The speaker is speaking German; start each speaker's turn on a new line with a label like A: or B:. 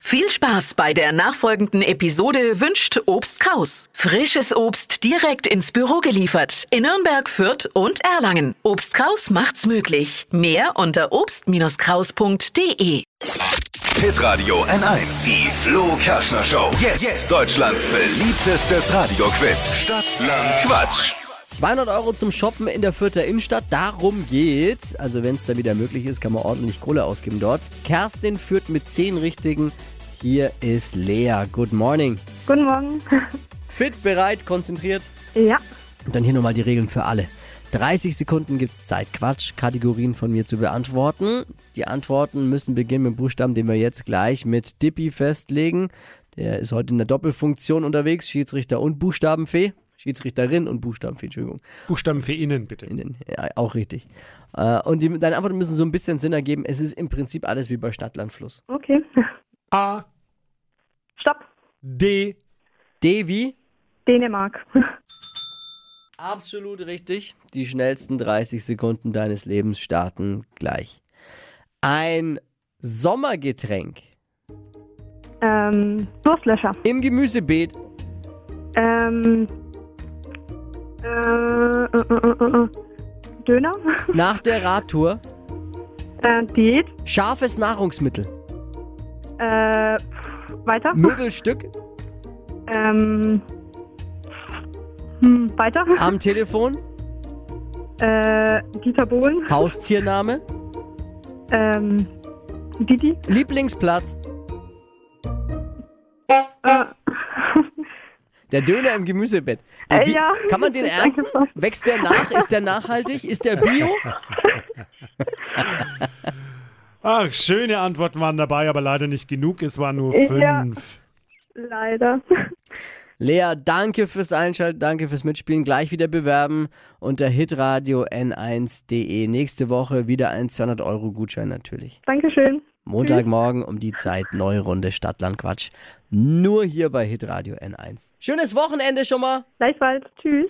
A: Viel Spaß bei der nachfolgenden Episode wünscht Obst Kraus. Frisches Obst direkt ins Büro geliefert in Nürnberg, Fürth und Erlangen. Obst Kraus macht's möglich. Mehr unter obst-kraus.de.
B: Pit Radio N1, die Flo Kaschner Show. Jetzt, Deutschlands beliebtestes Radioquiz. Stadt, Land, Quatsch.
C: 200 Euro zum Shoppen in der Fürther Innenstadt, darum geht's. Also wenn es da wieder möglich ist, kann man ordentlich Kohle ausgeben dort. Kerstin führt mit 10 Richtigen. Hier ist Lea. Good morning.
D: Guten Morgen.
C: Fit, bereit, konzentriert.
D: Ja,
C: Und dann hier nochmal die Regeln für alle. 30 Sekunden gibt's Zeit, Quatsch, Kategorien von mir zu beantworten. Die Antworten müssen beginnen mit dem Buchstaben, den wir jetzt gleich mit Dippy festlegen. Der ist heute in der Doppelfunktion unterwegs, Schiedsrichter und Buchstabenfee. Schiedsrichterin und Buchstabenfee, Entschuldigung.
E: Buchstaben für innen, bitte.
C: Innen. Ja, auch richtig. Äh, und die, deine Antworten müssen so ein bisschen Sinn ergeben. Es ist im Prinzip alles wie bei Stadtlandfluss.
D: okay.
E: A,
D: Stopp.
E: D,
C: D wie?
D: Dänemark.
C: Absolut richtig. Die schnellsten 30 Sekunden deines Lebens starten gleich. Ein Sommergetränk
D: Ähm, Durstlöscher.
C: im Gemüsebeet.
D: Ähm, äh, äh, äh, äh, äh. Döner.
C: Nach der Radtour.
D: Äh, Diät.
C: Scharfes Nahrungsmittel.
D: Äh, pff, weiter.
C: Möbelstück.
D: Ähm, hm, weiter.
C: Am Telefon.
D: Äh, Dieter Bohlen.
C: Haustiername.
D: Ähm, Didi.
C: Lieblingsplatz.
D: Äh,
C: Der Döner im Gemüsebeet.
D: Äh,
C: Wie-
D: ja.
C: Kann man den
D: Ist
C: ernten?
D: eingefroren.
C: Wächst der nach? Ist der nachhaltig? Ist der bio?
E: Ach, schöne Antworten waren dabei, aber leider nicht genug. Es waren nur
D: Ja.
E: fünf.
D: leider.
C: Lea, danke fürs Einschalten, danke fürs Mitspielen. Gleich wieder bewerben unter hitradio n1.de. Nächste Woche wieder ein 200-Euro-Gutschein natürlich.
D: Dankeschön.
C: Montagmorgen um die Zeit, neue Runde Stadtlandquatsch. Nur hier bei hitradio n1. Schönes Wochenende schon mal.
D: Gleichfalls. Tschüss.